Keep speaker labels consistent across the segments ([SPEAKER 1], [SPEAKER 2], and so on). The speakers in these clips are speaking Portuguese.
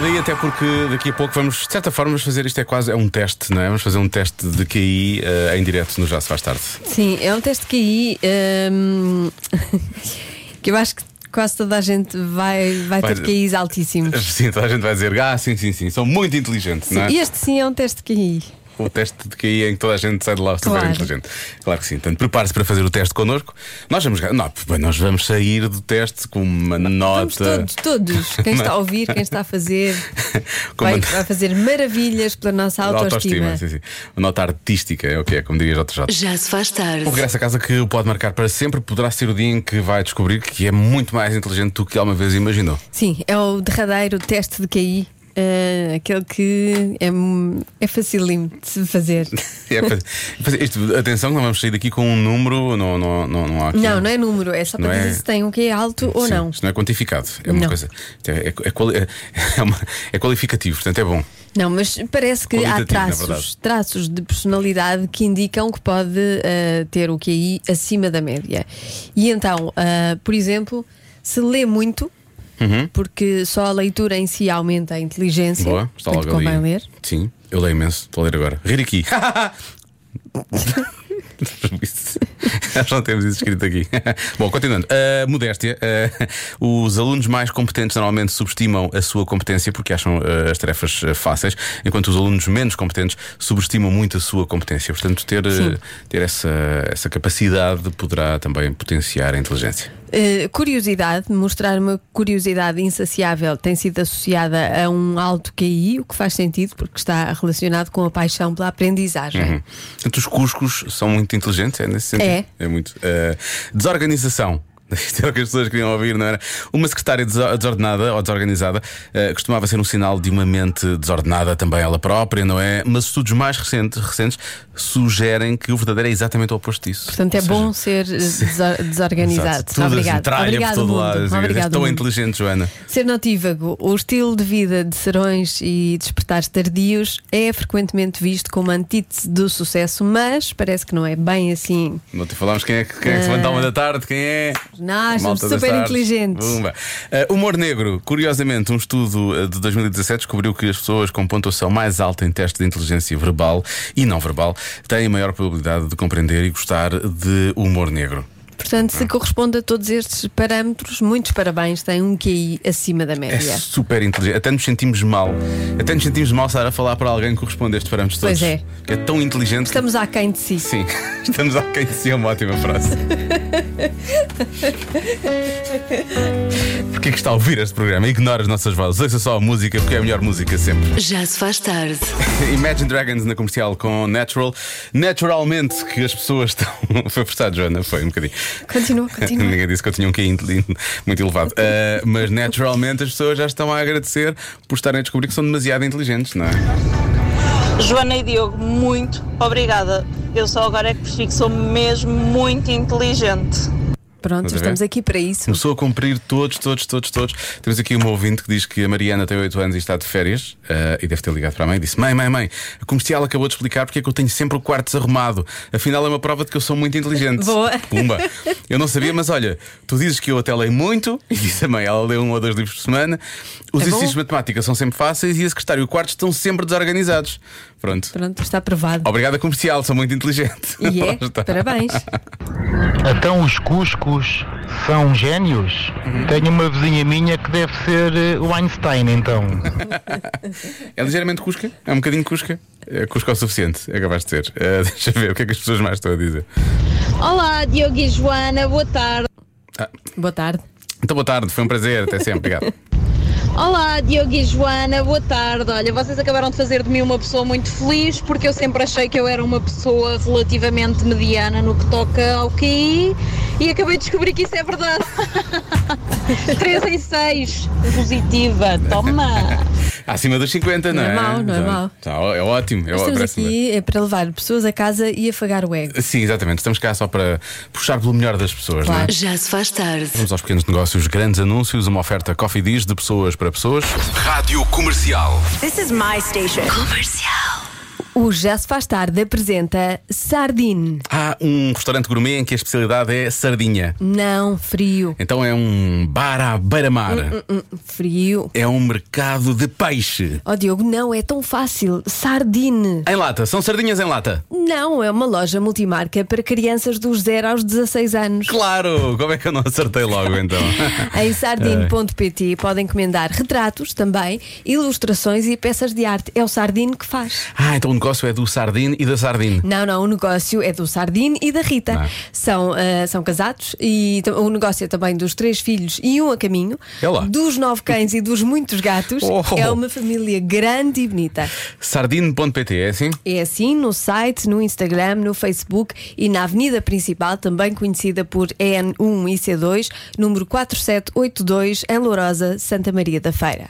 [SPEAKER 1] daí, até porque daqui a pouco vamos, de certa forma, vamos fazer isto é quase é um teste, não é? Vamos fazer um teste de QI eh, em direto no Já Se Faz Tarde.
[SPEAKER 2] Sim, é um teste que aí hum, que eu acho que quase toda a gente vai, vai
[SPEAKER 1] Vai-
[SPEAKER 2] ter QIs altíssimos.
[SPEAKER 1] Sim, toda a gente vai dizer, ah, sim, sim, sim, sou muito inteligente,
[SPEAKER 2] Sim,
[SPEAKER 1] não é?
[SPEAKER 2] Este sim é um teste que aí.
[SPEAKER 1] O teste de QI em que toda a gente sai de lá super
[SPEAKER 2] Claro.
[SPEAKER 1] inteligente. Claro que sim. Portanto, prepare-se para fazer o teste connosco. Nós vamos, ga- não, bem, nós vamos sair do teste com uma
[SPEAKER 2] Vamos
[SPEAKER 1] nota.
[SPEAKER 2] todos, todos. Quem está a ouvir, quem está a fazer,
[SPEAKER 1] com
[SPEAKER 2] vai,
[SPEAKER 1] uma-
[SPEAKER 2] vai fazer maravilhas pela nossa autoestima.
[SPEAKER 1] sim, sim. Uma nota artística, é o que é, como diria JJ.
[SPEAKER 3] Já se faz tarde.
[SPEAKER 1] O regresso a casa que o pode marcar para sempre poderá ser o dia em que vai descobrir que é muito mais inteligente do que alguma vez imaginou.
[SPEAKER 2] Sim, é o derradeiro teste de QI. eh, aquele que é, é facilíssimo de se fazer.
[SPEAKER 1] É, fa- fazer- isto, atenção, não vamos sair daqui com um número, não, não, não, não há aqui.
[SPEAKER 2] Não, não é número, é só
[SPEAKER 1] Não
[SPEAKER 2] para
[SPEAKER 1] é-
[SPEAKER 2] dizer se tem um QI alto ou
[SPEAKER 1] Sim,
[SPEAKER 2] não.
[SPEAKER 1] Isto não é quantificado, é uma
[SPEAKER 2] Não.
[SPEAKER 1] coisa. isto É, é, é quali- é uma- é qualificativo, portanto é bom.
[SPEAKER 2] Não, mas parece que há
[SPEAKER 1] Qualitativo, na verdade.
[SPEAKER 2] traços, traços de personalidade que indicam que pode ah, ter o QI acima da média. E então, ah, por exemplo, se lê muito,
[SPEAKER 1] Uhum.
[SPEAKER 2] porque só a leitura em si aumenta a inteligência.
[SPEAKER 1] Boa, está
[SPEAKER 2] portanto,
[SPEAKER 1] logo ali.
[SPEAKER 2] convém ler.
[SPEAKER 1] Sim, eu leio imenso, estou a ler agora. Rir aqui. Nós não temos isso escrito aqui. Bom, continuando. Ah, modéstia. Ah, os alunos mais competentes normalmente subestimam a sua competência porque acham ah, as tarefas ah, fáceis, enquanto os alunos menos competentes subestimam muito a sua competência. Portanto, ter, ah,
[SPEAKER 2] Sim.
[SPEAKER 1] ter essa, essa capacidade poderá também potenciar a inteligência.
[SPEAKER 2] Uh, curiosidade, mostrar uma curiosidade insaciável tem sido associada a um alto QI, o que faz sentido porque está relacionado com a paixão pela aprendizagem.
[SPEAKER 1] Uhum. Portanto, os cuscos são muito inteligentes, é nesse sentido.
[SPEAKER 2] É.
[SPEAKER 1] muito. Uh, desorganização. Isto era o que as pessoas queriam ouvir, não era? Uma secretária deso- desordenada ou desorganizada uh, costumava ser um sinal de uma mente desordenada também ela própria, não é? Mas estudos mais recentes, recentes sugerem que o verdadeiro é exatamente o oposto disso.
[SPEAKER 2] Portanto, é
[SPEAKER 1] Ou seja,
[SPEAKER 2] bom ser uh, desor- desorganizado.
[SPEAKER 1] exato, tudo assim,
[SPEAKER 2] Obrigado.
[SPEAKER 1] tralha
[SPEAKER 2] Obrigado,
[SPEAKER 1] por todo
[SPEAKER 2] mundo.
[SPEAKER 1] lado. assim, és
[SPEAKER 2] Obrigado,
[SPEAKER 1] tão
[SPEAKER 2] mundo.
[SPEAKER 1] inteligente, Joana.
[SPEAKER 2] Ser notívago, o estilo de vida de serões e despertares tardios é frequentemente visto como antítese do sucesso, mas parece que não é bem assim.
[SPEAKER 1] Não te falámos quem é que, quem é que se levanta à uma da tarde, quem é?
[SPEAKER 2] Nós somos
[SPEAKER 1] Malta das
[SPEAKER 2] super
[SPEAKER 1] artes.
[SPEAKER 2] inteligentes.
[SPEAKER 1] Bumba. Eh, humor negro. Curiosamente, um estudo eh, de 2017 descobriu que as pessoas com pontuação mais alta em testes de inteligência verbal e não verbal têm maior probabilidade de compreender e gostar de humor negro.
[SPEAKER 2] Portanto, se corresponde a todos estes parâmetros, muitos parabéns, tem um QI acima da
[SPEAKER 1] É
[SPEAKER 2] média.
[SPEAKER 1] super inteligente. Até nos sentimos mal. Até nos sentimos mal estar a falar para alguém que corresponde a estes parâmetros
[SPEAKER 2] Pois
[SPEAKER 1] todos.
[SPEAKER 2] é.
[SPEAKER 1] Que é tão inteligente. que-
[SPEAKER 2] Estamos aquém de si.
[SPEAKER 1] Sim, estamos a quem dizia uma ótima frase. Porquê que está a ouvir este programa? Ignora as nossas vozes, ouça só a música, porque é a melhor música sempre.
[SPEAKER 3] Já se faz tarde.
[SPEAKER 1] Imagine Dragons na comercial com Natural. Naturalmente que as pessoas estão. Foi forçado, Joana, foi um bocadinho.
[SPEAKER 2] Continua, continua.
[SPEAKER 1] Ninguém disse que eu tinha um QI inte- muito elevado. Ah, mas naturalmente as pessoas já estão a agradecer por estarem a descobrir que são demasiado inteligentes, não é?
[SPEAKER 4] Joana e Diogo, muito obrigada. Eu só agora é que percebi que sou mesmo muito inteligente.
[SPEAKER 2] Pronto,
[SPEAKER 1] Estás a
[SPEAKER 2] estamos
[SPEAKER 1] ver?
[SPEAKER 2] aqui para isso.
[SPEAKER 1] Começou a cumprir todos, todos, todos, todos. Temos aqui uma ouvinte que diz que a Mariana tem 8 anos e está de férias eh, e deve ter ligado para a mãe e disse: Mãe, mãe, mãe, a comercial acabou de explicar porque é que eu tenho sempre o quarto desarrumado. Afinal, é uma prova de que eu sou muito inteligente.
[SPEAKER 2] Boa.
[SPEAKER 1] Pumba. Eu não sabia, mas olha, tu dizes que eu até leio muito e disse a mãe: ela lê um ou dois livros por semana. Os
[SPEAKER 2] É bom.
[SPEAKER 1] exercícios de matemática são sempre fáceis e a secretária e o quarto estão sempre desorganizados. Pronto.
[SPEAKER 2] Pronto, está aprovado.
[SPEAKER 1] Obrigada, comercial, sou muito inteligente.
[SPEAKER 2] E
[SPEAKER 1] Lá
[SPEAKER 2] é,
[SPEAKER 1] está.
[SPEAKER 2] parabéns.
[SPEAKER 5] Então os cuscos são gênios? Tenho uma vizinha minha que deve ser eh, o Einstein, então.
[SPEAKER 1] É ligeiramente cusca, é um bocadinho cusca. É cusca o suficiente, é capaz de ser. Eh, deixa ver o que é que as pessoas mais estão a dizer.
[SPEAKER 6] Olá, Diogo e Joana, boa tarde.
[SPEAKER 2] Boa tarde.
[SPEAKER 1] Então, boa tarde, foi um prazer, até sempre, obrigado.
[SPEAKER 6] Olá, Diogo e Joana, boa tarde. Olha, vocês acabaram de fazer de mim uma pessoa muito feliz porque eu sempre achei que eu era uma pessoa relativamente mediana no que toca ao QI e acabei de descobrir que isso é verdade. 3 em 6, positiva, toma!
[SPEAKER 1] Acima dos 50, não,
[SPEAKER 2] Não é
[SPEAKER 1] é?
[SPEAKER 2] mau, não é
[SPEAKER 1] Então,
[SPEAKER 2] mau.
[SPEAKER 1] então, é ótimo. É
[SPEAKER 2] Nós estamos
[SPEAKER 1] parece-me-
[SPEAKER 2] aqui é para levar pessoas a casa e afagar o ego.
[SPEAKER 1] Sim, exatamente. Estamos cá só para puxar pelo melhor das pessoas, não é?
[SPEAKER 2] Claro.
[SPEAKER 3] Já se faz tarde.
[SPEAKER 1] Vamos aos pequenos negócios, grandes anúncios, uma oferta Coffee Diz de pessoas para pessoas.
[SPEAKER 7] Rádio Comercial.
[SPEAKER 8] This is my station.
[SPEAKER 2] O Já se faz tarde apresenta Sardine.
[SPEAKER 1] Há um restaurante gourmet em que a especialidade é sardinha.
[SPEAKER 2] Não, frio.
[SPEAKER 1] Então é um bar à beira-mar.
[SPEAKER 2] Hum, frio.
[SPEAKER 1] É um mercado de peixe.
[SPEAKER 2] Oh Diogo, não é tão fácil. Sardine.
[SPEAKER 1] Em lata, são sardinhas em lata.
[SPEAKER 2] Não, é uma loja multimarca para crianças dos 0 aos 16 anos.
[SPEAKER 1] Claro! Como é que eu não acertei logo então?
[SPEAKER 2] Em sardine.pt podem encomendar retratos também, ilustrações e peças de arte. É o Sardine que faz.
[SPEAKER 1] ah, então o negócio é do sardine e da sardine.
[SPEAKER 2] Não, não, o negócio é do Sardine e da Rita.
[SPEAKER 1] Ah.
[SPEAKER 2] São, ah, são casados e tam- o negócio é também dos três filhos e um a caminho,
[SPEAKER 1] É lá.
[SPEAKER 2] dos nove cães e dos muitos gatos.
[SPEAKER 1] Oh.
[SPEAKER 2] É uma família grande e bonita.
[SPEAKER 1] Sardine.pt, é assim?
[SPEAKER 2] É assim no site, no Instagram, no Facebook e na Avenida Principal, também conhecida por EN1 e C2, número 4782, em Lourosa, Santa Maria da Feira.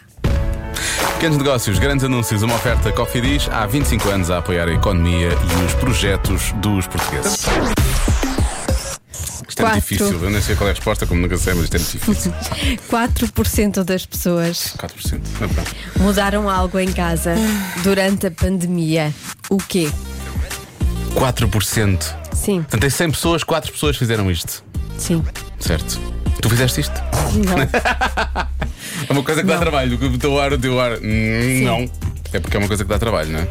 [SPEAKER 1] Pequenos negócios, grandes anúncios, uma oferta Coffee Diz há 25 anos a apoiar a economia e os projetos dos portugueses. Isto é muito
[SPEAKER 2] Quatro.
[SPEAKER 1] difícil, eu nem sei qual é a resposta, como nunca sei, mas isto é muito difícil.
[SPEAKER 2] 4% das pessoas
[SPEAKER 1] 4%. Ah, pronto.
[SPEAKER 2] mudaram algo em casa durante a pandemia. O quê?
[SPEAKER 1] 4%.
[SPEAKER 2] Sim,
[SPEAKER 1] Portanto, em 100 pessoas, 4 pessoas fizeram isto,
[SPEAKER 2] sim.
[SPEAKER 1] certo? Tu fizeste isto?
[SPEAKER 2] Não.
[SPEAKER 1] É uma coisa que dá trabalho, o teu ar, o teu ar. hum, Não. É porque é uma coisa que dá trabalho, não é?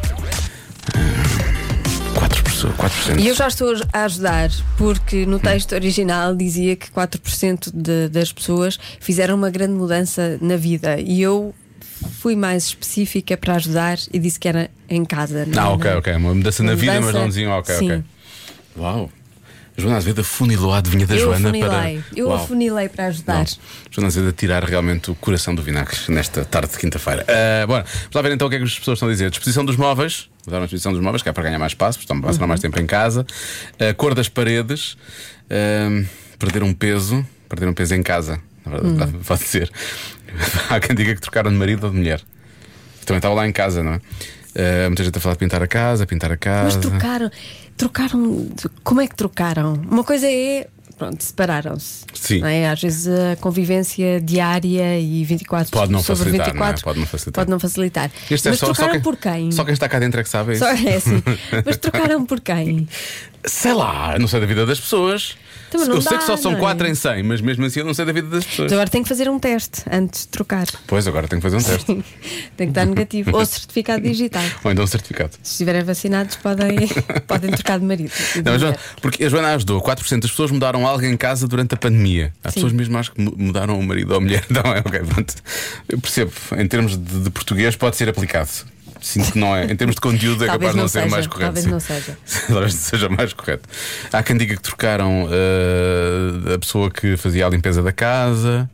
[SPEAKER 1] 4 pessoas, 4%.
[SPEAKER 2] Ah. E eu já estou a ajudar, porque no texto original dizia que 4% de- das pessoas fizeram uma grande mudança na vida e eu fui mais específica para ajudar e disse que era em casa. Não,
[SPEAKER 1] Ah,
[SPEAKER 2] é?
[SPEAKER 1] ok, ok. Uma mudança na
[SPEAKER 2] Uma
[SPEAKER 1] vida, mas
[SPEAKER 2] mudança-
[SPEAKER 1] não diziam, ok,
[SPEAKER 2] Sim.
[SPEAKER 1] ok. Uau! A Joana Azevedo afunilou a adivinha da
[SPEAKER 2] Eu
[SPEAKER 1] Joana
[SPEAKER 2] afunilei,
[SPEAKER 1] para.
[SPEAKER 2] eu
[SPEAKER 1] Uau.
[SPEAKER 2] afunilei para
[SPEAKER 1] Não.
[SPEAKER 2] ajudar.
[SPEAKER 1] Joana Azevedo a tirar realmente o coração do vinagre nesta tarde de quinta-feira. Ah, bora, vamos lá ver então o que é que as pessoas estão a dizer. Disposição dos móveis, mudaram a disposição dos móveis, que é para ganhar mais espaço, estão passaram
[SPEAKER 2] Uhum.
[SPEAKER 1] mais tempo em casa. A cor das paredes, ahm, perderam peso, perderam peso em casa, na verdade,
[SPEAKER 2] Hum.
[SPEAKER 1] pode ser. Há quem diga que trocaram de marido ou de mulher. Também estava lá em casa, não é? Ah, muita gente a falar de pintar a casa, pintar a
[SPEAKER 2] Mas
[SPEAKER 1] casa.
[SPEAKER 2] trocaram, trocaram, como é que trocaram? Uma coisa é. Pronto, separaram-se.
[SPEAKER 1] Sim.
[SPEAKER 2] não é? Às vezes a convivência diária e 24
[SPEAKER 1] Pode não
[SPEAKER 2] sobre
[SPEAKER 1] facilitar,
[SPEAKER 2] 24
[SPEAKER 1] não é? Pode não facilitar.
[SPEAKER 2] Pode não facilitar.
[SPEAKER 1] Este é
[SPEAKER 2] Mas
[SPEAKER 1] só, só,
[SPEAKER 2] trocaram
[SPEAKER 1] quem,
[SPEAKER 2] por quem?
[SPEAKER 1] só quem está cá dentro é que sabe isso.
[SPEAKER 2] Só é assim. Mas trocaram por quem?
[SPEAKER 1] Sei lá, eu não sei da vida das pessoas.
[SPEAKER 2] Também não
[SPEAKER 1] eu sei
[SPEAKER 2] dá,
[SPEAKER 1] que só são
[SPEAKER 2] não é?
[SPEAKER 1] 4 em 100, mas mesmo assim eu não sei da vida das pessoas.
[SPEAKER 2] Mas agora tem que fazer um teste antes de trocar.
[SPEAKER 1] Pois, agora tenho que fazer um teste.
[SPEAKER 2] tem que dar negativo. Ou certificado digital.
[SPEAKER 1] Ou então um certificado.
[SPEAKER 2] Se estiverem vacinados, podem, podem trocar de marido. e de
[SPEAKER 1] Não, mas é Joana-
[SPEAKER 2] mulher.
[SPEAKER 1] porque a Joana ajudou. 4% das pessoas mudaram algo em casa durante a pandemia. Há pessoas mesmo acho que mu- mudaram o marido ou a mulher. Não é? Ok, pronto. Eu percebo. Em termos de, de português, pode ser aplicado. Sinto que não é. Em termos de conteúdo, é capaz
[SPEAKER 2] Talvez
[SPEAKER 1] de não
[SPEAKER 2] não
[SPEAKER 1] ser
[SPEAKER 2] seja,
[SPEAKER 1] mais correto.
[SPEAKER 2] talvez
[SPEAKER 1] sim.
[SPEAKER 2] não seja.
[SPEAKER 1] Talvez não seja mais correto. Há quem diga que trocaram eh, a pessoa que fazia a limpeza da casa,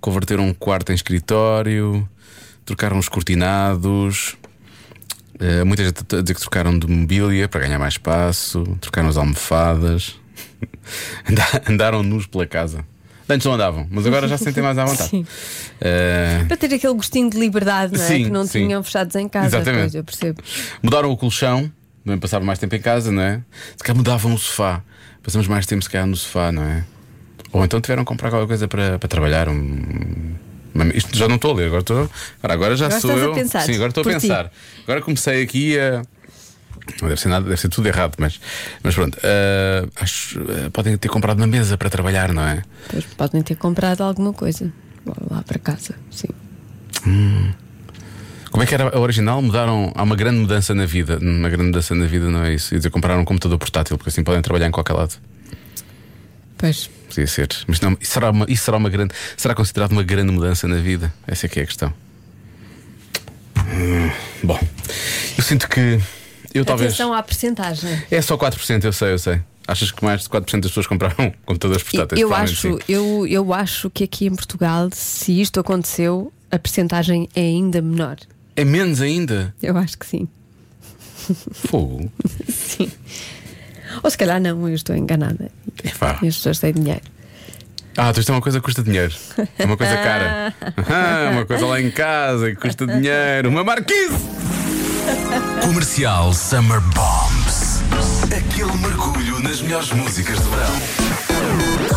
[SPEAKER 1] converteram um quarto em escritório, trocaram os cortinados. Eh, muita gente a dizer que trocaram de mobília para ganhar mais espaço, trocaram as almofadas, Andar- andaram nus pela casa. Antes não andavam, mas agora já se sentem mais à vontade.
[SPEAKER 2] Sim.
[SPEAKER 1] Eh,
[SPEAKER 2] Para ter aquele gostinho de liberdade, não é?
[SPEAKER 1] Sim,
[SPEAKER 2] que não
[SPEAKER 1] sim.
[SPEAKER 2] tinham fechados em casa.
[SPEAKER 1] Exatamente.
[SPEAKER 2] Pois, eu percebo.
[SPEAKER 1] Mudaram o colchão, não é? passaram mais tempo em casa, não é? Se calhar mudavam o sofá. Passamos mais tempo, se calhar, no sofá, não é? Ou então tiveram que comprar qualquer coisa para, para trabalhar. um- uma- Isto já não estou a ler, agora estou. Agora, agora já
[SPEAKER 2] Agora
[SPEAKER 1] sou
[SPEAKER 2] estás a
[SPEAKER 1] eu.
[SPEAKER 2] pensar,
[SPEAKER 1] Sim, agora estou a
[SPEAKER 2] por ti.
[SPEAKER 1] pensar. Agora comecei aqui a. Não deve ser nada, deve ser tudo errado, mas, mas pronto. ah, acho, ah, podem ter comprado uma mesa para trabalhar, não é?
[SPEAKER 2] Pois podem ter comprado alguma coisa lá- lá para casa. Sim.
[SPEAKER 1] Como é que era a original? Mudaram. Há uma grande mudança na vida. Uma grande mudança na vida, não é isso? Ia dizer, compraram um computador portátil, porque assim podem trabalhar em qualquer lado.
[SPEAKER 2] Pois.
[SPEAKER 1] Podia ser. Mas não, isso será, uma, isso será uma grande. Será considerado uma grande mudança na vida? Essa é que é a questão. Hum, bom, eu sinto que. Eu talvez.
[SPEAKER 2] Atenção à percentagem.
[SPEAKER 1] É só 4%, eu sei, eu sei. Achas que mais de 4% das pessoas compraram computadores portáteis?
[SPEAKER 2] eu
[SPEAKER 1] Provavelmente sim.
[SPEAKER 2] acho, eu, eu acho que aqui em Portugal, se isto aconteceu, a percentagem é ainda menor.
[SPEAKER 1] É menos ainda?
[SPEAKER 2] Eu acho que sim.
[SPEAKER 1] Fogo.
[SPEAKER 2] Sim. Ou se calhar não, eu estou enganada.
[SPEAKER 1] Epá.
[SPEAKER 2] E as pessoas têm dinheiro.
[SPEAKER 1] Ah, tu isto é uma coisa que custa dinheiro. É uma coisa cara. Ah, uma coisa lá em casa que custa dinheiro. Uma marquise!
[SPEAKER 7] Comercial Summer Bombs. Aquele mergulho nas melhores músicas do verão.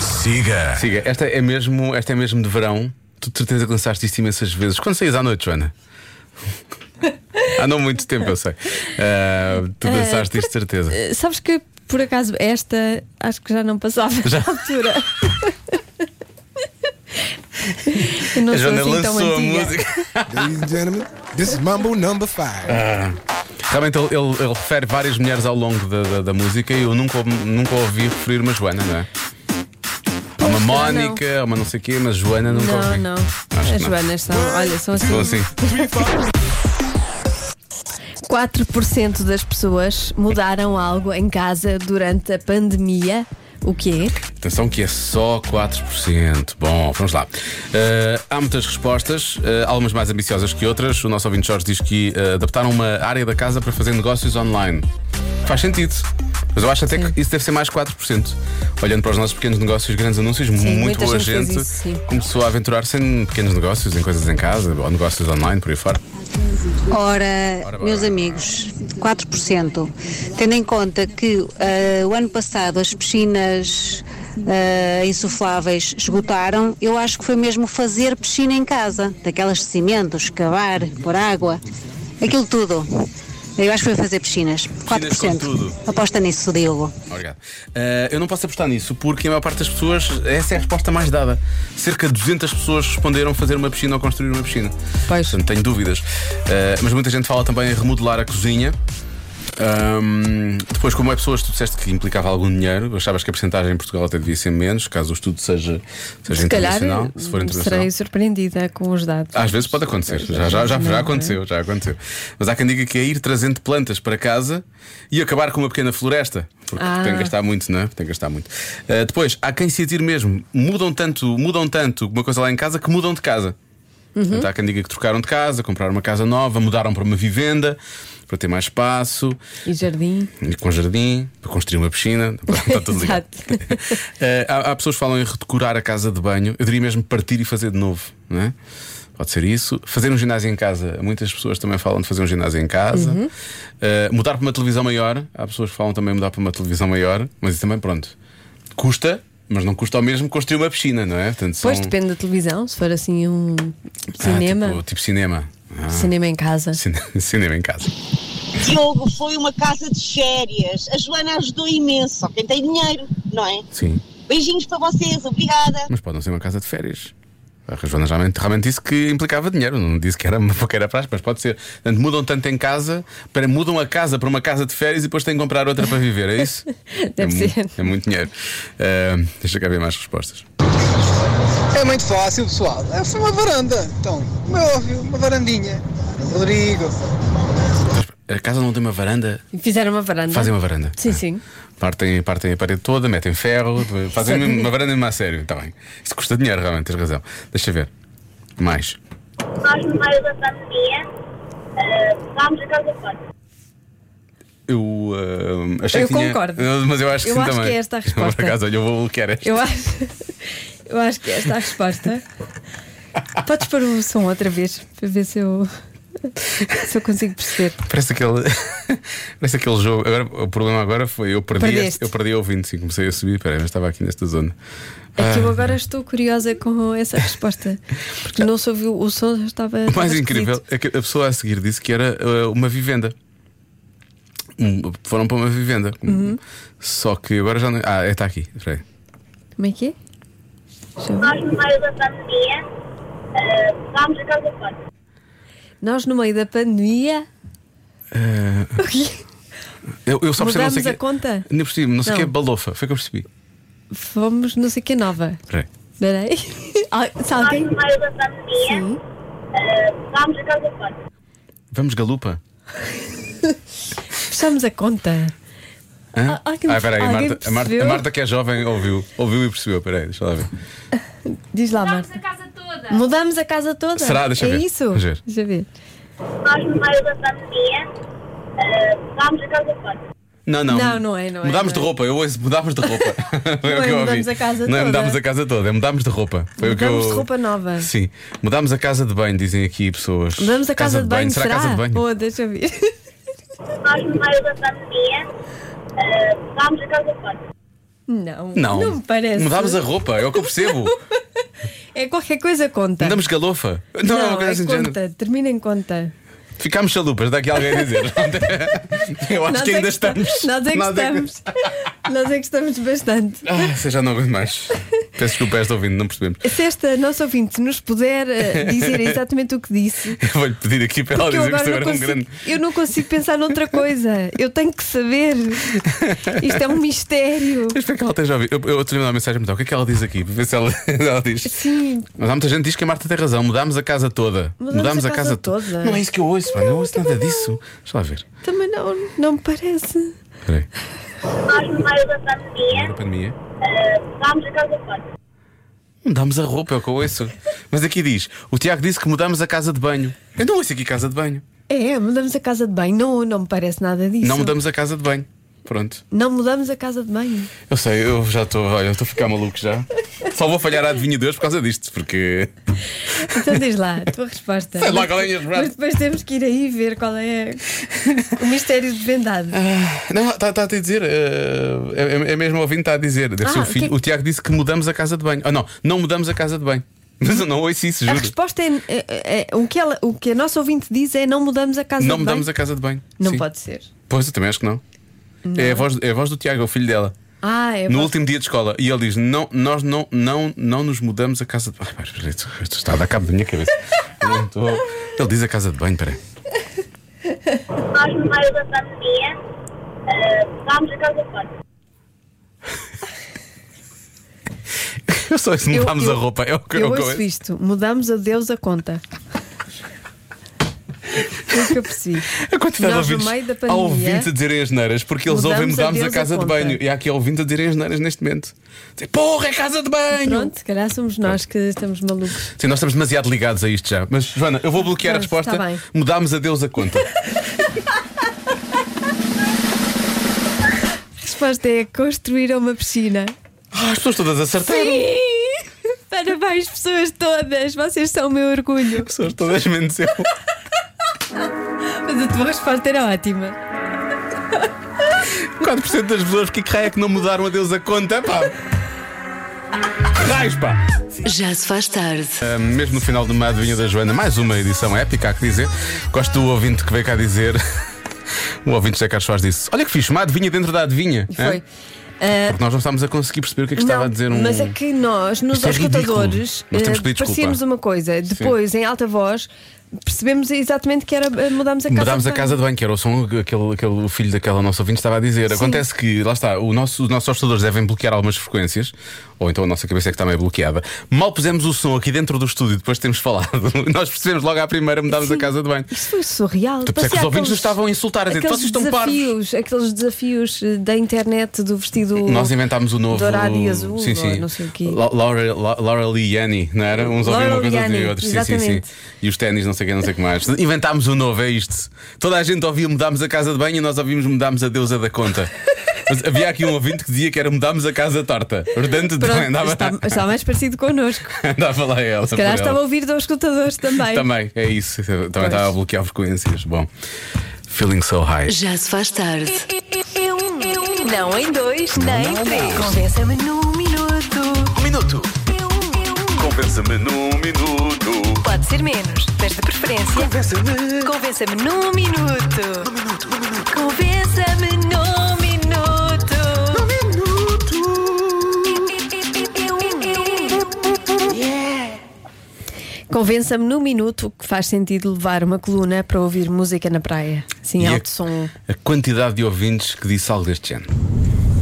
[SPEAKER 7] Siga.
[SPEAKER 1] Siga, esta é mesmo, esta é mesmo de verão. Tu de certeza que lançaste isto imensas vezes. Quando saís à noite, Joana? Há não muito tempo, eu sei. Ah, tu dançaste isto de certeza.
[SPEAKER 2] Eh, Sabes que por acaso esta acho que já não passava
[SPEAKER 1] Já.
[SPEAKER 2] na altura. Eu não
[SPEAKER 1] A
[SPEAKER 2] sou
[SPEAKER 1] Joana
[SPEAKER 2] assim tão
[SPEAKER 1] lançou a
[SPEAKER 2] antiga.
[SPEAKER 1] música.
[SPEAKER 8] Ladies and gentlemen, this is Mambo number five.
[SPEAKER 2] Ah.
[SPEAKER 1] Realmente ele, ele- ele refere várias mulheres ao longo da, da- da música e eu nunca, nunca ouvi referir uma Joana, não é? Há uma
[SPEAKER 2] Pois, não.
[SPEAKER 1] Mónica, há uma não sei o quê, mas Joana nunca
[SPEAKER 2] Não,
[SPEAKER 1] ouvi.
[SPEAKER 2] não.
[SPEAKER 1] que
[SPEAKER 2] As
[SPEAKER 1] não.
[SPEAKER 2] Joanas são, olha, são assim.
[SPEAKER 1] Sou assim.
[SPEAKER 2] 4% das pessoas mudaram algo em casa durante a pandemia. O quê?
[SPEAKER 1] Atenção que é só 4%. Bom, vamos lá. Eh, há muitas respostas, eh, algumas mais ambiciosas que outras. O nosso ouvinte Jorge diz que eh, adaptaram uma área da casa para fazer negócios online. Faz sentido. Mas eu acho até que isso deve ser mais 4%. Olhando para os nossos pequenos negócios, grandes anúncios, muito
[SPEAKER 2] muita
[SPEAKER 1] boa
[SPEAKER 2] gente fez
[SPEAKER 1] gente
[SPEAKER 2] isso, sim.
[SPEAKER 1] começou a aventurar-se em pequenos negócios, em coisas em casa, ou negócios online, por aí fora.
[SPEAKER 9] Ora,
[SPEAKER 1] Ora,
[SPEAKER 9] meus
[SPEAKER 1] bora.
[SPEAKER 9] amigos, 4%. Tendo em conta que ah, o ano passado as piscinas ah, insufláveis esgotaram, eu acho que foi mesmo fazer piscina em casa, daquelas de cimento, escavar, pôr água, aquilo tudo. Eu acho que foi fazer piscinas. 4%.
[SPEAKER 1] com tudo.
[SPEAKER 9] Aposta nisso, Diogo.
[SPEAKER 1] Obrigado. Eh, eu não posso apostar nisso porque a maior parte das pessoas, essa é a resposta mais dada. Cerca de 200 pessoas responderam fazer uma piscina ou construir uma piscina.
[SPEAKER 2] Pois.
[SPEAKER 1] Portanto, tenho dúvidas. Eh, mas muita gente fala também em remodelar a cozinha. Ahm, depois, como é pessoas, tu disseste que implicava algum dinheiro, achavas que a porcentagem em Portugal até devia ser menos, caso o estudo seja, seja
[SPEAKER 2] Se calhar
[SPEAKER 1] é
[SPEAKER 2] hum, eh,
[SPEAKER 1] internacional. se for internacional.
[SPEAKER 2] serei surpreendida com os dados.
[SPEAKER 1] Às vezes pode acontecer, já, já, já, já aconteceu, já aconteceu. Mas há quem diga que é ir trazendo plantas para casa e acabar com uma pequena floresta, porque
[SPEAKER 2] Ah.
[SPEAKER 1] tem que gastar muito, não é? Tem que gastar muito. Ah, depois, há quem se atire mesmo, mudam tanto, mudam tanto uma coisa lá em casa que mudam de casa. Portanto, há quem diga que trocaram de casa, compraram uma casa nova, mudaram para uma vivenda para ter mais espaço,
[SPEAKER 2] E jardim.
[SPEAKER 1] e com jardim, para construir uma piscina, está tudo ligado.
[SPEAKER 2] Exato.
[SPEAKER 1] Eh, há, há pessoas que falam em redecorar a casa de banho. Eu diria mesmo partir e fazer de novo, não é? Pode ser isso. Fazer um ginásio em casa. Muitas pessoas também falam de fazer um ginásio em casa.
[SPEAKER 2] Uhum.
[SPEAKER 1] Eh, mudar para uma televisão maior. Há pessoas que falam também de mudar para uma televisão maior. Mas isso também, pronto. Custa, mas não custa ao mesmo construir uma piscina, não é? Portanto,
[SPEAKER 2] Pois
[SPEAKER 1] são-
[SPEAKER 2] depende da televisão, se for assim um
[SPEAKER 1] Ah,
[SPEAKER 2] cinema,
[SPEAKER 1] tipo, tipo cinema. Ah,
[SPEAKER 2] cinema em casa.
[SPEAKER 1] cine- cinema em casa.
[SPEAKER 10] Diogo, foi uma casa de férias. A Joana ajudou imenso, só quem tem dinheiro, não é?
[SPEAKER 1] Sim.
[SPEAKER 10] Beijinhos para vocês, obrigada.
[SPEAKER 1] Mas pode não ser uma casa de férias. A Joana realmente, realmente disse que implicava dinheiro, não disse que era uma foqueira para as, mas pode ser. Portanto, mudam tanto em casa, para, mudam a casa para uma casa de férias e depois têm que comprar outra para viver, é isso? é,
[SPEAKER 2] Deve ser.
[SPEAKER 1] Muito, é muito dinheiro. Ah, deixa cá ver mais respostas.
[SPEAKER 11] É muito fácil, pessoal. É, Foi uma varanda. Então, como é óbvio, uma varandinha. Rodrigo.
[SPEAKER 1] A casa não tem uma varanda,
[SPEAKER 2] Fizeram uma varanda.
[SPEAKER 1] fazem uma varanda. Ah.
[SPEAKER 2] Sim, sim.
[SPEAKER 1] Partem, partem a parede toda, metem ferro, fazem mesmo uma varanda mesmo a sério. Está bem. Isso custa dinheiro, realmente, tens razão. Deixa ver. Mais.
[SPEAKER 10] Nós, no meio da pandemia, vamos a casa fora.
[SPEAKER 1] Eu ah, achei
[SPEAKER 2] Eu
[SPEAKER 1] que tinha-
[SPEAKER 2] concordo.
[SPEAKER 1] Mas eu acho que
[SPEAKER 2] Eu
[SPEAKER 1] sim
[SPEAKER 2] acho
[SPEAKER 1] também.
[SPEAKER 2] que é esta a resposta.
[SPEAKER 1] Por acaso, olha, eu vou bloquear esta.
[SPEAKER 2] Eu acho, eu acho que esta é a resposta. Podes pôr o som outra vez para ver se eu, se eu consigo perceber.
[SPEAKER 1] Parece aquele, parece aquele jogo. Agora, o problema agora foi eu perdi,
[SPEAKER 2] Perdeste.
[SPEAKER 1] este, eu perdi a ouvinte, sim, comecei a subir. Peraí, mas estava aqui nesta zona.
[SPEAKER 2] É
[SPEAKER 1] Ah.
[SPEAKER 2] que eu agora estou curiosa com essa resposta. Porque não se ouviu o som, já estava.
[SPEAKER 1] O mais
[SPEAKER 2] estava
[SPEAKER 1] incrível
[SPEAKER 2] esquisito.
[SPEAKER 1] é que a pessoa a seguir disse que era eh, uma vivenda. Um, foram para uma vivenda. Um,
[SPEAKER 2] Uhum.
[SPEAKER 1] Só que agora já não. Ah, está aqui. Espera aí.
[SPEAKER 2] Como é que é? Deixa eu ver.
[SPEAKER 10] Nós, no meio da pandemia, ah, vamos a casa fora.
[SPEAKER 2] Nós, no meio da pandemia. O quê?
[SPEAKER 1] Eu, eu só percebi. Não sei
[SPEAKER 2] Mudámos Eh, a
[SPEAKER 1] que-
[SPEAKER 2] conta?
[SPEAKER 1] Nem percebi, não sei o que é
[SPEAKER 2] Não.
[SPEAKER 1] balofa. Foi o que eu percebi.
[SPEAKER 2] Fomos, não sei o que, nova.
[SPEAKER 1] Espera aí.
[SPEAKER 2] Darei? Se alguém.
[SPEAKER 10] meio da pandemia,
[SPEAKER 2] Sim.
[SPEAKER 10] vamos a casa fora.
[SPEAKER 1] Vamos galupa?
[SPEAKER 2] Fechamos a conta.
[SPEAKER 1] Hã?
[SPEAKER 2] Ah, alguém-
[SPEAKER 1] ah, espera aí. A
[SPEAKER 2] alguém
[SPEAKER 1] Marta, a Marta- a
[SPEAKER 2] percebeu?
[SPEAKER 1] Marta que é jovem ouviu, ouviu e percebeu. Espera aí, deixa lá ver.
[SPEAKER 2] Diz lá, Marta.
[SPEAKER 9] casa toda.
[SPEAKER 2] Mudamos a casa toda.
[SPEAKER 1] Será? Deixa
[SPEAKER 2] é
[SPEAKER 1] ver.
[SPEAKER 2] isso?
[SPEAKER 1] Deixa ver.
[SPEAKER 2] ver.
[SPEAKER 12] Nós, no meio da pandemia, eh, mudámos a casa toda.
[SPEAKER 1] Não, não.
[SPEAKER 2] Não, não é, não é,
[SPEAKER 1] Mudámos
[SPEAKER 2] não
[SPEAKER 1] de roupa, eu ouço, mudámos de roupa. Foi
[SPEAKER 2] Não
[SPEAKER 1] o
[SPEAKER 2] é
[SPEAKER 1] que eu ouvi.
[SPEAKER 2] mudamos a casa
[SPEAKER 1] Não é
[SPEAKER 2] toda.
[SPEAKER 1] mudámos a casa toda, é mudámos de roupa. Foi o
[SPEAKER 2] Mudamos
[SPEAKER 1] que eu...
[SPEAKER 2] de roupa nova.
[SPEAKER 1] Sim, mudámos a casa de banho, dizem aqui pessoas.
[SPEAKER 2] Mudamos a casa, de banho,
[SPEAKER 1] será, casa de banho?
[SPEAKER 2] Oh, deixa eu ver.
[SPEAKER 12] Nós, no meio da pandemia, eh, mudámos a casa toda.
[SPEAKER 2] Não,
[SPEAKER 1] Não.
[SPEAKER 2] não me parece.
[SPEAKER 1] Mudámos a roupa, é o que eu percebo.
[SPEAKER 2] É qualquer coisa conta.
[SPEAKER 1] Mudamos galofa. Não, é uma coisa
[SPEAKER 2] é
[SPEAKER 1] assim de género.
[SPEAKER 2] conta, termina em conta.
[SPEAKER 1] Ficámos chalupas, daqui alguém a dizer. Eu acho
[SPEAKER 2] Nós
[SPEAKER 1] que
[SPEAKER 2] é
[SPEAKER 1] ainda
[SPEAKER 2] esta-
[SPEAKER 1] estamos.
[SPEAKER 2] Nós é que
[SPEAKER 1] Nós é que-
[SPEAKER 2] estamos. Nós é que estamos bastante.
[SPEAKER 1] Ah, você já não aguento mais. Peço desculpa, esta ouvindo, não percebemos.
[SPEAKER 2] Se esta nossa ouvinte nos puder eh, dizer exatamente o que disse,
[SPEAKER 1] Eu vou-lhe pedir aqui para ela
[SPEAKER 2] porque eu
[SPEAKER 1] dizer que isto
[SPEAKER 2] agora não
[SPEAKER 1] agora é um
[SPEAKER 2] consigo,
[SPEAKER 1] grande.
[SPEAKER 2] eu não consigo pensar noutra coisa. Eu tenho que saber. Isto é um mistério.
[SPEAKER 1] Eu espero que ela esteja a ouvir. Eu, eu, eu te uma mensagem mental. O que é que ela diz aqui? Para ver se ela, ela diz.
[SPEAKER 2] Sim.
[SPEAKER 1] Mas há muita gente que diz que a Marta tem razão. Mudámos a casa toda.
[SPEAKER 2] Mudamos a casa toda.
[SPEAKER 1] Não é isso que eu ouço, pá. Não ouço nada disso. Deixa lá ver.
[SPEAKER 2] Também não, não me parece.
[SPEAKER 1] Espera aí.
[SPEAKER 2] É.
[SPEAKER 12] Nós, no meio da pandemia,
[SPEAKER 1] A pandemia.
[SPEAKER 12] eh, mudámos a casa toda.
[SPEAKER 1] Mudámos a roupa, é o que eu ouço. Mas aqui diz: o Tiago disse que mudámos a casa de banho. Eu não ouço aqui casa de banho.
[SPEAKER 2] É, mudamos a casa de banho. Não, não me parece nada disso.
[SPEAKER 1] Não mudamos a casa de banho. Pronto.
[SPEAKER 2] Não mudamos a casa de banho.
[SPEAKER 1] Eu sei, eu já estou. Olha, eu estou a ficar maluco já. Só vou falhar a adivinha de hoje por causa disto, porque.
[SPEAKER 2] Então diz lá a tua resposta.
[SPEAKER 1] Sei lá qual é a minha resposta.
[SPEAKER 2] Mas depois temos que ir aí ver qual é o mistério de vendado.
[SPEAKER 1] Ah, Não, está a te dizer, eh, é, é mesmo ouvindo, está a dizer. Deve ser
[SPEAKER 2] Ah,
[SPEAKER 1] o, filho.
[SPEAKER 2] o que é que-
[SPEAKER 1] o Tiago disse que mudamos a casa de banho. Ah, não, não mudamos a casa de banho. Mas eu não ouço isso,
[SPEAKER 2] A
[SPEAKER 1] juro.
[SPEAKER 2] resposta é, é- é- é- o, que ela, o que a nossa ouvinte diz é não mudamos a casa
[SPEAKER 1] Não
[SPEAKER 2] de
[SPEAKER 1] mudamos
[SPEAKER 2] banho.
[SPEAKER 1] a casa de banho.
[SPEAKER 2] Não
[SPEAKER 1] Sim.
[SPEAKER 2] pode ser.
[SPEAKER 1] Pois, eu também acho que não. É, a voz, é a voz do Tiago, é o filho dela.
[SPEAKER 2] Ah, é
[SPEAKER 1] no
[SPEAKER 2] voz-
[SPEAKER 1] último dia de escola. E ele diz: não, Nós não, não, não nos mudamos a casa de banho. Ai, pera, pera, isto isto está a dar cabo da minha cabeça. Eu não estou- Ele diz a casa de banho, peraí.
[SPEAKER 12] Nós, no meio da pandemia, eh, mudámos a casa toda.
[SPEAKER 1] Eu só isso,
[SPEAKER 2] Eu-
[SPEAKER 1] mudámos
[SPEAKER 2] eu-
[SPEAKER 1] a roupa. É o que
[SPEAKER 2] Eu
[SPEAKER 1] é o que eu
[SPEAKER 2] ouço
[SPEAKER 1] ouço.
[SPEAKER 2] isto. Mudamos a Deus a conta. É o que eu percebi.
[SPEAKER 1] A quantidade
[SPEAKER 2] Nós,
[SPEAKER 1] de
[SPEAKER 2] no meio da
[SPEAKER 1] ouvintes, há
[SPEAKER 2] pandemia,
[SPEAKER 1] ouvintes a dizerem as neiras porque eles
[SPEAKER 2] mudamos
[SPEAKER 1] ouvem
[SPEAKER 2] a
[SPEAKER 1] mudámos a,
[SPEAKER 2] Deus a
[SPEAKER 1] casa de
[SPEAKER 2] conta.
[SPEAKER 1] banho. E há aqui ouvintes a dizerem as neiras neste momento. Dizem, Porra, é casa de banho!
[SPEAKER 2] Pronto, se calhar somos nós que estamos malucos.
[SPEAKER 1] Sim, nós estamos demasiado ligados a isto já. Mas, Joana, eu vou bloquear a
[SPEAKER 2] Pronto,
[SPEAKER 1] resposta.
[SPEAKER 2] tá bem.
[SPEAKER 1] mudámos a Deus a conta.
[SPEAKER 2] A resposta é construir uma piscina.
[SPEAKER 1] Ah, as pessoas todas acertaram.
[SPEAKER 2] Sim! Parabéns, pessoas todas! Vocês são o meu orgulho.
[SPEAKER 1] Pessoas todas menos eu.
[SPEAKER 2] Mas a tua resposta era ótima.
[SPEAKER 1] 4% das pessoas que raio é que não mudaram a Deus a conta, pá. Raios, pá.
[SPEAKER 3] Já se faz tarde.
[SPEAKER 1] Ah, mesmo no final de uma adivinha da Joana, mais uma edição épica, há que dizer. Gosto do ouvinte que veio cá dizer. o ouvinte José Carlos Soares disse: Olha que fixe, uma adivinha dentro da adivinha.
[SPEAKER 2] Foi.
[SPEAKER 1] Hã?
[SPEAKER 2] Ah,
[SPEAKER 1] Porque nós não estávamos a conseguir perceber o que é que É? estava
[SPEAKER 2] não,
[SPEAKER 1] a dizer um.
[SPEAKER 2] Mas é que nós, nos
[SPEAKER 1] Isto é ridículo.
[SPEAKER 2] escutadores,
[SPEAKER 1] Nós temos que pedir
[SPEAKER 2] eh,
[SPEAKER 1] desculpa.
[SPEAKER 2] parecíamos uma coisa, depois, em alta voz, percebemos exatamente que era eh, mudámos a casa.
[SPEAKER 1] Mudámos
[SPEAKER 2] de
[SPEAKER 1] a casa de banho, que era o som que aquele, aquele o filho daquela nossa ouvinte estava a dizer.
[SPEAKER 2] Sim.
[SPEAKER 1] Acontece que, lá está, o nosso, os nossos assustadores devem bloquear algumas frequências, ou então a nossa cabeça é que está meio bloqueada. Mal pusemos o som aqui dentro do estúdio, depois de termos falado, nós percebemos logo à primeira, mudámos a casa de banho.
[SPEAKER 2] Isto foi surreal.
[SPEAKER 1] Por isso é que
[SPEAKER 2] Parecia
[SPEAKER 1] os ouvintes
[SPEAKER 2] aqueles-
[SPEAKER 1] nos estavam a insultar, a dizer,
[SPEAKER 2] aqueles
[SPEAKER 1] vocês estão parvos.
[SPEAKER 2] desafios, Aqueles desafios eh, da internet do vestido
[SPEAKER 1] Nós inventámos o novo.
[SPEAKER 2] dourado e azul,
[SPEAKER 1] Sim,
[SPEAKER 2] ou
[SPEAKER 1] sim.
[SPEAKER 2] não sei o quê.
[SPEAKER 1] La- Laura, La- Laura Lee Yanni, não era? Uns ouviam uma
[SPEAKER 2] Laura
[SPEAKER 1] coisa, outros
[SPEAKER 2] Liani,
[SPEAKER 1] outros. Sim, sim, sim.
[SPEAKER 2] exatamente.
[SPEAKER 1] E os ténis, não sei o quê, não sei o que mais. Inventámos o novo, é isto. Toda a gente ouvia mudámos a casa de banho e nós ouvimos mudámos a deusa da conta. Mas havia aqui um ouvinte que dizia que era mudámos a casa torta. Portanto,
[SPEAKER 2] Pronto,
[SPEAKER 1] andava,
[SPEAKER 2] está, está mais parecido connosco.
[SPEAKER 1] andava lá ela.
[SPEAKER 2] Se calhar
[SPEAKER 1] por ela.
[SPEAKER 2] estava a ouvir dos escutadores também.
[SPEAKER 1] Também, é isso. Também estava a bloquear frequências. Bom, feeling so high.
[SPEAKER 3] Já se faz tarde. Não em dois, nem em três. Convença-me num minuto.
[SPEAKER 1] Um minuto. Convença-me num minuto.
[SPEAKER 3] Pode ser menos, mas de preferência. Convença-me. Convença-me num minuto. Num minuto, num minuto. Convença-me num minuto. Num minuto.
[SPEAKER 2] Convença-me num minuto que faz sentido levar uma coluna para ouvir música na praia. Sim,
[SPEAKER 1] E é
[SPEAKER 2] alto
[SPEAKER 1] a-
[SPEAKER 2] som.
[SPEAKER 1] A quantidade de ouvintes que disse algo deste género.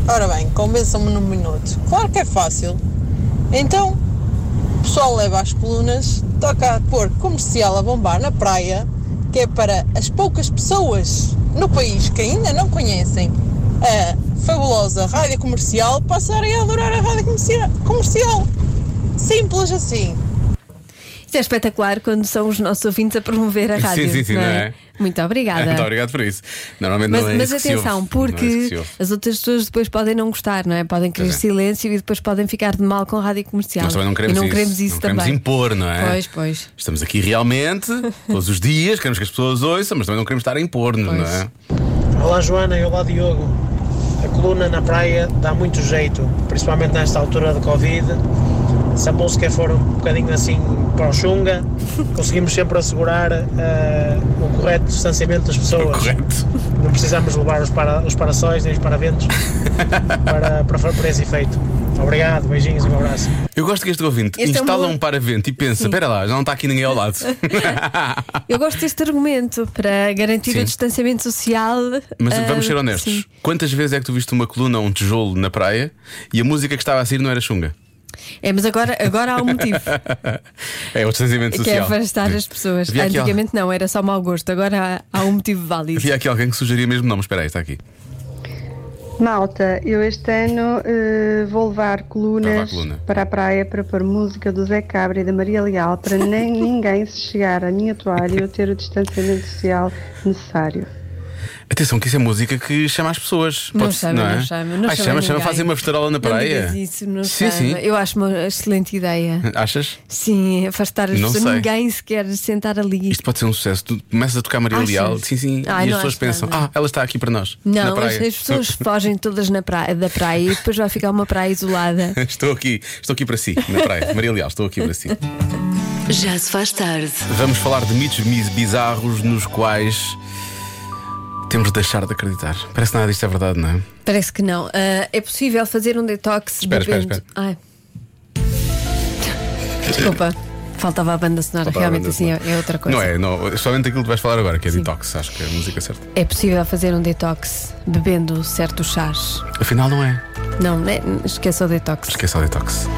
[SPEAKER 13] Ora bem, convençam-me num minuto. Claro que é fácil. Então, o pessoal leva as colunas, toca a pôr comercial a bombar na praia, que é para as poucas pessoas no país que ainda não conhecem a fabulosa rádio comercial passarem a adorar a rádio comercia- comercial. Simples assim.
[SPEAKER 2] Isto é espetacular quando são os nossos ouvintes a promover a
[SPEAKER 1] Sim,
[SPEAKER 2] rádio.
[SPEAKER 1] sim, sim,
[SPEAKER 2] não
[SPEAKER 1] não
[SPEAKER 2] é?
[SPEAKER 1] é?
[SPEAKER 2] Muito obrigada.
[SPEAKER 1] Muito obrigado por isso. Normalmente
[SPEAKER 2] Mas,
[SPEAKER 1] não é
[SPEAKER 2] mas
[SPEAKER 1] isso que se
[SPEAKER 2] atenção,
[SPEAKER 1] ouve.
[SPEAKER 2] porque
[SPEAKER 1] Não é isso que se ouve.
[SPEAKER 2] as outras pessoas depois podem não gostar, não é? Podem querer
[SPEAKER 1] Pois é.
[SPEAKER 2] silêncio e depois podem ficar de mal com a rádio comercial.
[SPEAKER 1] Nós também não queremos
[SPEAKER 2] e não
[SPEAKER 1] isso.
[SPEAKER 2] queremos isso
[SPEAKER 1] não
[SPEAKER 2] também.
[SPEAKER 1] queremos impor, não é?
[SPEAKER 2] Pois, pois.
[SPEAKER 1] Estamos aqui realmente, todos os dias, queremos que as pessoas ouçam, mas também não queremos estar a impor-nos, não é?
[SPEAKER 14] Olá Joana e olá Diogo. A coluna na praia dá muito jeito, principalmente nesta altura de Covid. Se a música for um bocadinho assim para o chunga, conseguimos sempre assegurar eh, o correto distanciamento das pessoas. Não precisamos levar os, para, os parasóis nem os paraventos para, para, para esse efeito. Obrigado, beijinhos e um abraço.
[SPEAKER 1] Eu gosto que este ouvinte
[SPEAKER 2] Este é um
[SPEAKER 1] instala
[SPEAKER 2] bom-
[SPEAKER 1] um paravento e pensa:
[SPEAKER 2] Sim.
[SPEAKER 1] espera lá, já não está aqui ninguém ao lado.
[SPEAKER 2] Eu gosto deste argumento para garantir
[SPEAKER 1] Sim.
[SPEAKER 2] o distanciamento social.
[SPEAKER 1] Mas
[SPEAKER 2] ah,
[SPEAKER 1] vamos ser honestos:
[SPEAKER 2] sim.
[SPEAKER 1] quantas vezes é que tu viste uma coluna ou um tijolo na praia e a música que estava a sair não era chunga?
[SPEAKER 2] É, mas agora, agora há um motivo.
[SPEAKER 1] é o distanciamento
[SPEAKER 2] Que é
[SPEAKER 1] social.
[SPEAKER 2] afastar as pessoas.
[SPEAKER 1] Havia aqui
[SPEAKER 2] Antigamente não, era só mau gosto. Agora há, há um motivo válido.
[SPEAKER 1] Havia aqui alguém que sugeria mesmo não, mas espera aí, está aqui.
[SPEAKER 15] Malta, eu este ano eh, vou levar
[SPEAKER 1] Vai lá,
[SPEAKER 15] colunas
[SPEAKER 1] coluna.
[SPEAKER 15] para a praia para pôr música do Zé Cabra e da Maria Leal para nem ninguém se chegar à minha toalha e eu ter o distanciamento social necessário.
[SPEAKER 1] Atenção, que isso é música que chama as pessoas.
[SPEAKER 2] Não
[SPEAKER 1] Pode-
[SPEAKER 2] chama,
[SPEAKER 1] é?
[SPEAKER 2] não chama, não
[SPEAKER 1] Ai,
[SPEAKER 2] chama
[SPEAKER 1] chama, chama,
[SPEAKER 2] ninguém.
[SPEAKER 1] fazem uma festarola na praia.
[SPEAKER 2] Não digas isso, não
[SPEAKER 1] sim,
[SPEAKER 2] chama.
[SPEAKER 1] sim.
[SPEAKER 2] Eu acho uma excelente ideia.
[SPEAKER 1] Achas?
[SPEAKER 2] Sim, afastar as
[SPEAKER 1] Não
[SPEAKER 2] pessoas.
[SPEAKER 1] sei.
[SPEAKER 2] Ninguém se quer sentar ali.
[SPEAKER 1] Isto pode ser um sucesso. Tu começas a tocar Maria
[SPEAKER 2] Achas?
[SPEAKER 1] Leal, sim, sim,
[SPEAKER 2] Ai,
[SPEAKER 1] e as
[SPEAKER 2] não
[SPEAKER 1] pessoas
[SPEAKER 2] acho
[SPEAKER 1] pensam:
[SPEAKER 2] nada.
[SPEAKER 1] ah, ela está aqui para nós. na
[SPEAKER 2] Não, as,
[SPEAKER 1] praia.
[SPEAKER 2] as pessoas fogem todas na praia, da praia e depois vai ficar uma praia isolada.
[SPEAKER 1] Estou aqui, estou aqui para si, na praia. Maria Leal, estou aqui para si.
[SPEAKER 3] Já se faz tarde.
[SPEAKER 1] Vamos falar de mitos mis- bizarros nos quais temos de deixar de acreditar. Parece que nada disto é verdade, não é?
[SPEAKER 2] Parece que não. Ah, é possível fazer um detox
[SPEAKER 1] Espera, espera,
[SPEAKER 2] bebendo.
[SPEAKER 1] espera.
[SPEAKER 2] Ai. Desculpa, faltava a banda sonora.
[SPEAKER 1] Faltava a
[SPEAKER 2] Realmente
[SPEAKER 1] banda
[SPEAKER 2] assim é- é outra coisa.
[SPEAKER 1] Não é, não, somente aquilo que vais falar agora, que é detox, acho que é a música certa.
[SPEAKER 2] É possível fazer um detox bebendo certos chás.
[SPEAKER 1] Afinal, não é.
[SPEAKER 2] Não, né? esqueça o detox.
[SPEAKER 1] Esqueça o detox.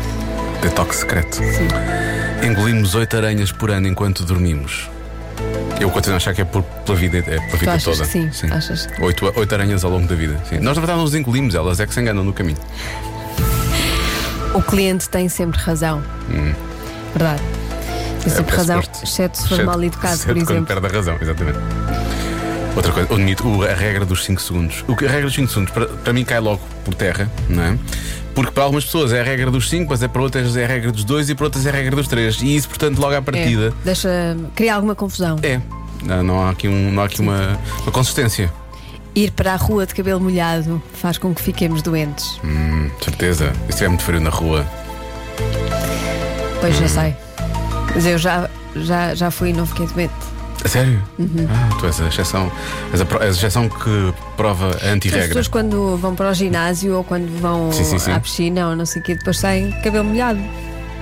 [SPEAKER 1] Detox secreto. Engolimos oito aranhas por ano enquanto dormimos. Eu continuo a achar que é por- pela vida, é pela
[SPEAKER 2] Tu
[SPEAKER 1] vida
[SPEAKER 2] achas
[SPEAKER 1] toda.
[SPEAKER 2] que sim? Achas?
[SPEAKER 1] Oito, oito aranhas ao longo da vida. Sim. Nós, na verdade, não nos engolimos, elas é que se enganam no caminho.
[SPEAKER 2] O cliente tem sempre razão,
[SPEAKER 1] Hum.
[SPEAKER 2] verdade. Tem
[SPEAKER 1] É,
[SPEAKER 2] sempre
[SPEAKER 1] é
[SPEAKER 2] razão,
[SPEAKER 1] suposto.
[SPEAKER 2] exceto se for
[SPEAKER 1] Exceto-
[SPEAKER 2] mal educado, por
[SPEAKER 1] exceto Quando
[SPEAKER 2] exemplo.
[SPEAKER 1] perde a razão, exatamente. Outra coisa, o mito, o- a regra dos 5 segundos. O que, a regra dos 5 segundos, para, para mim, cai logo por terra, não é? Porque para algumas pessoas é a regra dos 5, mas é para outras é a regra dos 2 e para outras é a regra dos 3. E isso, portanto, logo à partida.
[SPEAKER 2] É, deixa, cria alguma confusão.
[SPEAKER 1] É. Não, não há aqui, um, não há aqui uma, uma consistência.
[SPEAKER 2] Ir para a rua de cabelo molhado faz com que fiquemos doentes.
[SPEAKER 1] Hum, certeza. E se estiver muito frio na rua, Hum.
[SPEAKER 2] Pois já sei. Mas eu já, já, já fui e não fiquei doente.
[SPEAKER 1] a sério?
[SPEAKER 2] Uhum.
[SPEAKER 1] Ah, tu és a exceção. És a, pro- és a exceção que prova a
[SPEAKER 2] As
[SPEAKER 1] antirregra.
[SPEAKER 2] pessoas quando vão para o ginásio ou quando vão
[SPEAKER 1] Sim, sim, sim.
[SPEAKER 2] à piscina ou não sei o quê, depois saem de cabelo molhado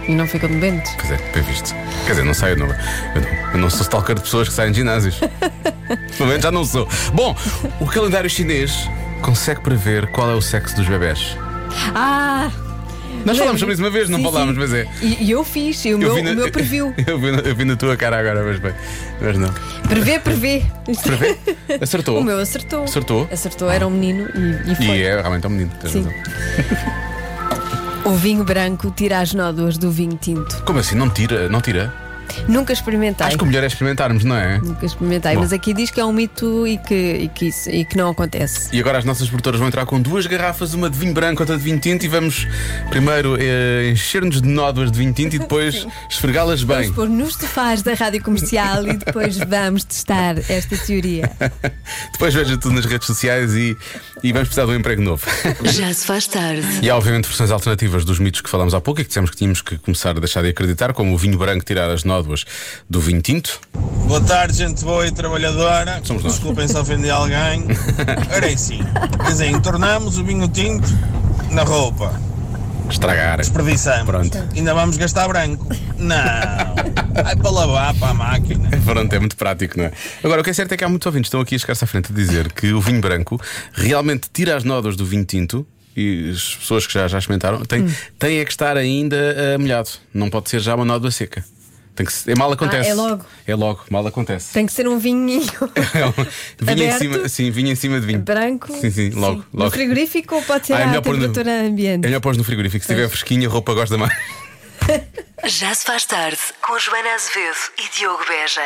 [SPEAKER 2] e não ficam doentes.
[SPEAKER 1] Pois é, bem visto. Quer dizer, não sei, eu não, eu não, eu não sou stalker de pessoas que saem de ginásios. Pelo menos já não sou. Bom, o calendário chinês consegue prever qual é o sexo dos bebés.
[SPEAKER 2] Ah!
[SPEAKER 1] Nós
[SPEAKER 2] lembro-
[SPEAKER 1] falámos sobre isso uma vez, não
[SPEAKER 2] Sim,
[SPEAKER 1] falámos,
[SPEAKER 2] sim.
[SPEAKER 1] mas é.
[SPEAKER 2] E, e eu fiz, e o, meu, o meu previu.
[SPEAKER 1] Eu vi, na- eu vi na tua cara agora, mas bem. Mas não.
[SPEAKER 2] Prevê, prevê.
[SPEAKER 1] Prevê? Acertou.
[SPEAKER 2] O meu acertou.
[SPEAKER 1] Acertou.
[SPEAKER 2] Acertou, era um menino e, e foi.
[SPEAKER 1] E é realmente um menino, tens
[SPEAKER 2] Sim.
[SPEAKER 1] razão.
[SPEAKER 2] O vinho branco tira as nódoas do vinho tinto.
[SPEAKER 1] Como assim? Não tira? Não tira?
[SPEAKER 2] Nunca experimentei.
[SPEAKER 1] Acho que o melhor é experimentarmos, não é?
[SPEAKER 2] Nunca experimentei,
[SPEAKER 1] Bom.
[SPEAKER 2] mas aqui diz que é um mito e que, e que, isso- e que não acontece.
[SPEAKER 1] E agora as nossas produtoras vão entrar com duas garrafas, uma de vinho branco, outra de vinho tinto, e vamos primeiro eh, encher-nos de nódoas de vinho tinto e depois esfregá-las
[SPEAKER 2] Vamos
[SPEAKER 1] bem.
[SPEAKER 2] pôr nos sofás da rádio comercial e depois vamos testar esta teoria.
[SPEAKER 1] Depois veja tudo nas redes sociais e, e vamos precisar de um emprego novo.
[SPEAKER 3] Já se faz tarde.
[SPEAKER 1] E há, obviamente, versões alternativas dos mitos que falámos há pouco e que dissemos que tínhamos que começar a deixar de acreditar, como o vinho branco tirar as nódoas do vinho tinto.
[SPEAKER 16] Boa tarde, gente boa e trabalhadora.
[SPEAKER 1] Somos nós.
[SPEAKER 16] Desculpem se ofendi alguém. Ora é assim. Quer dizer, entornamos o vinho tinto na roupa.
[SPEAKER 1] Estragar.
[SPEAKER 16] Desperdiçamos.
[SPEAKER 1] Pronto.
[SPEAKER 16] Ainda vamos gastar branco. Não. Vai para lavar, para a máquina.
[SPEAKER 1] Pronto, é muito prático, não é? Agora, o que é certo é que há muitos ouvintes que estão aqui a chegar-se à frente a dizer que o vinho branco realmente tira as nódoas do vinho tinto e as pessoas que já, já experimentaram têm,
[SPEAKER 2] Hum.
[SPEAKER 1] têm é que estar ainda eh, molhado. Não pode ser já uma nódoa seca. Tem que, se- é mal acontece.
[SPEAKER 2] é logo.
[SPEAKER 1] É logo, mal acontece.
[SPEAKER 2] Tem que ser um vinho
[SPEAKER 1] É um- vinho em
[SPEAKER 2] Aberto.
[SPEAKER 1] cima, sim, vinho em cima de vinho.
[SPEAKER 2] branco.
[SPEAKER 1] Sim, sim, logo.
[SPEAKER 2] No
[SPEAKER 1] logo.
[SPEAKER 2] frigorífico ou pode ser
[SPEAKER 1] Ah, é
[SPEAKER 2] à
[SPEAKER 1] melhor pôr no-
[SPEAKER 2] temperatura
[SPEAKER 1] É
[SPEAKER 2] ambiente?
[SPEAKER 1] melhor pôr no frigorífico. Se estiver fresquinho, a roupa gosta mais.
[SPEAKER 3] Já se faz tarde com Joana Azevedo e Diogo Beja.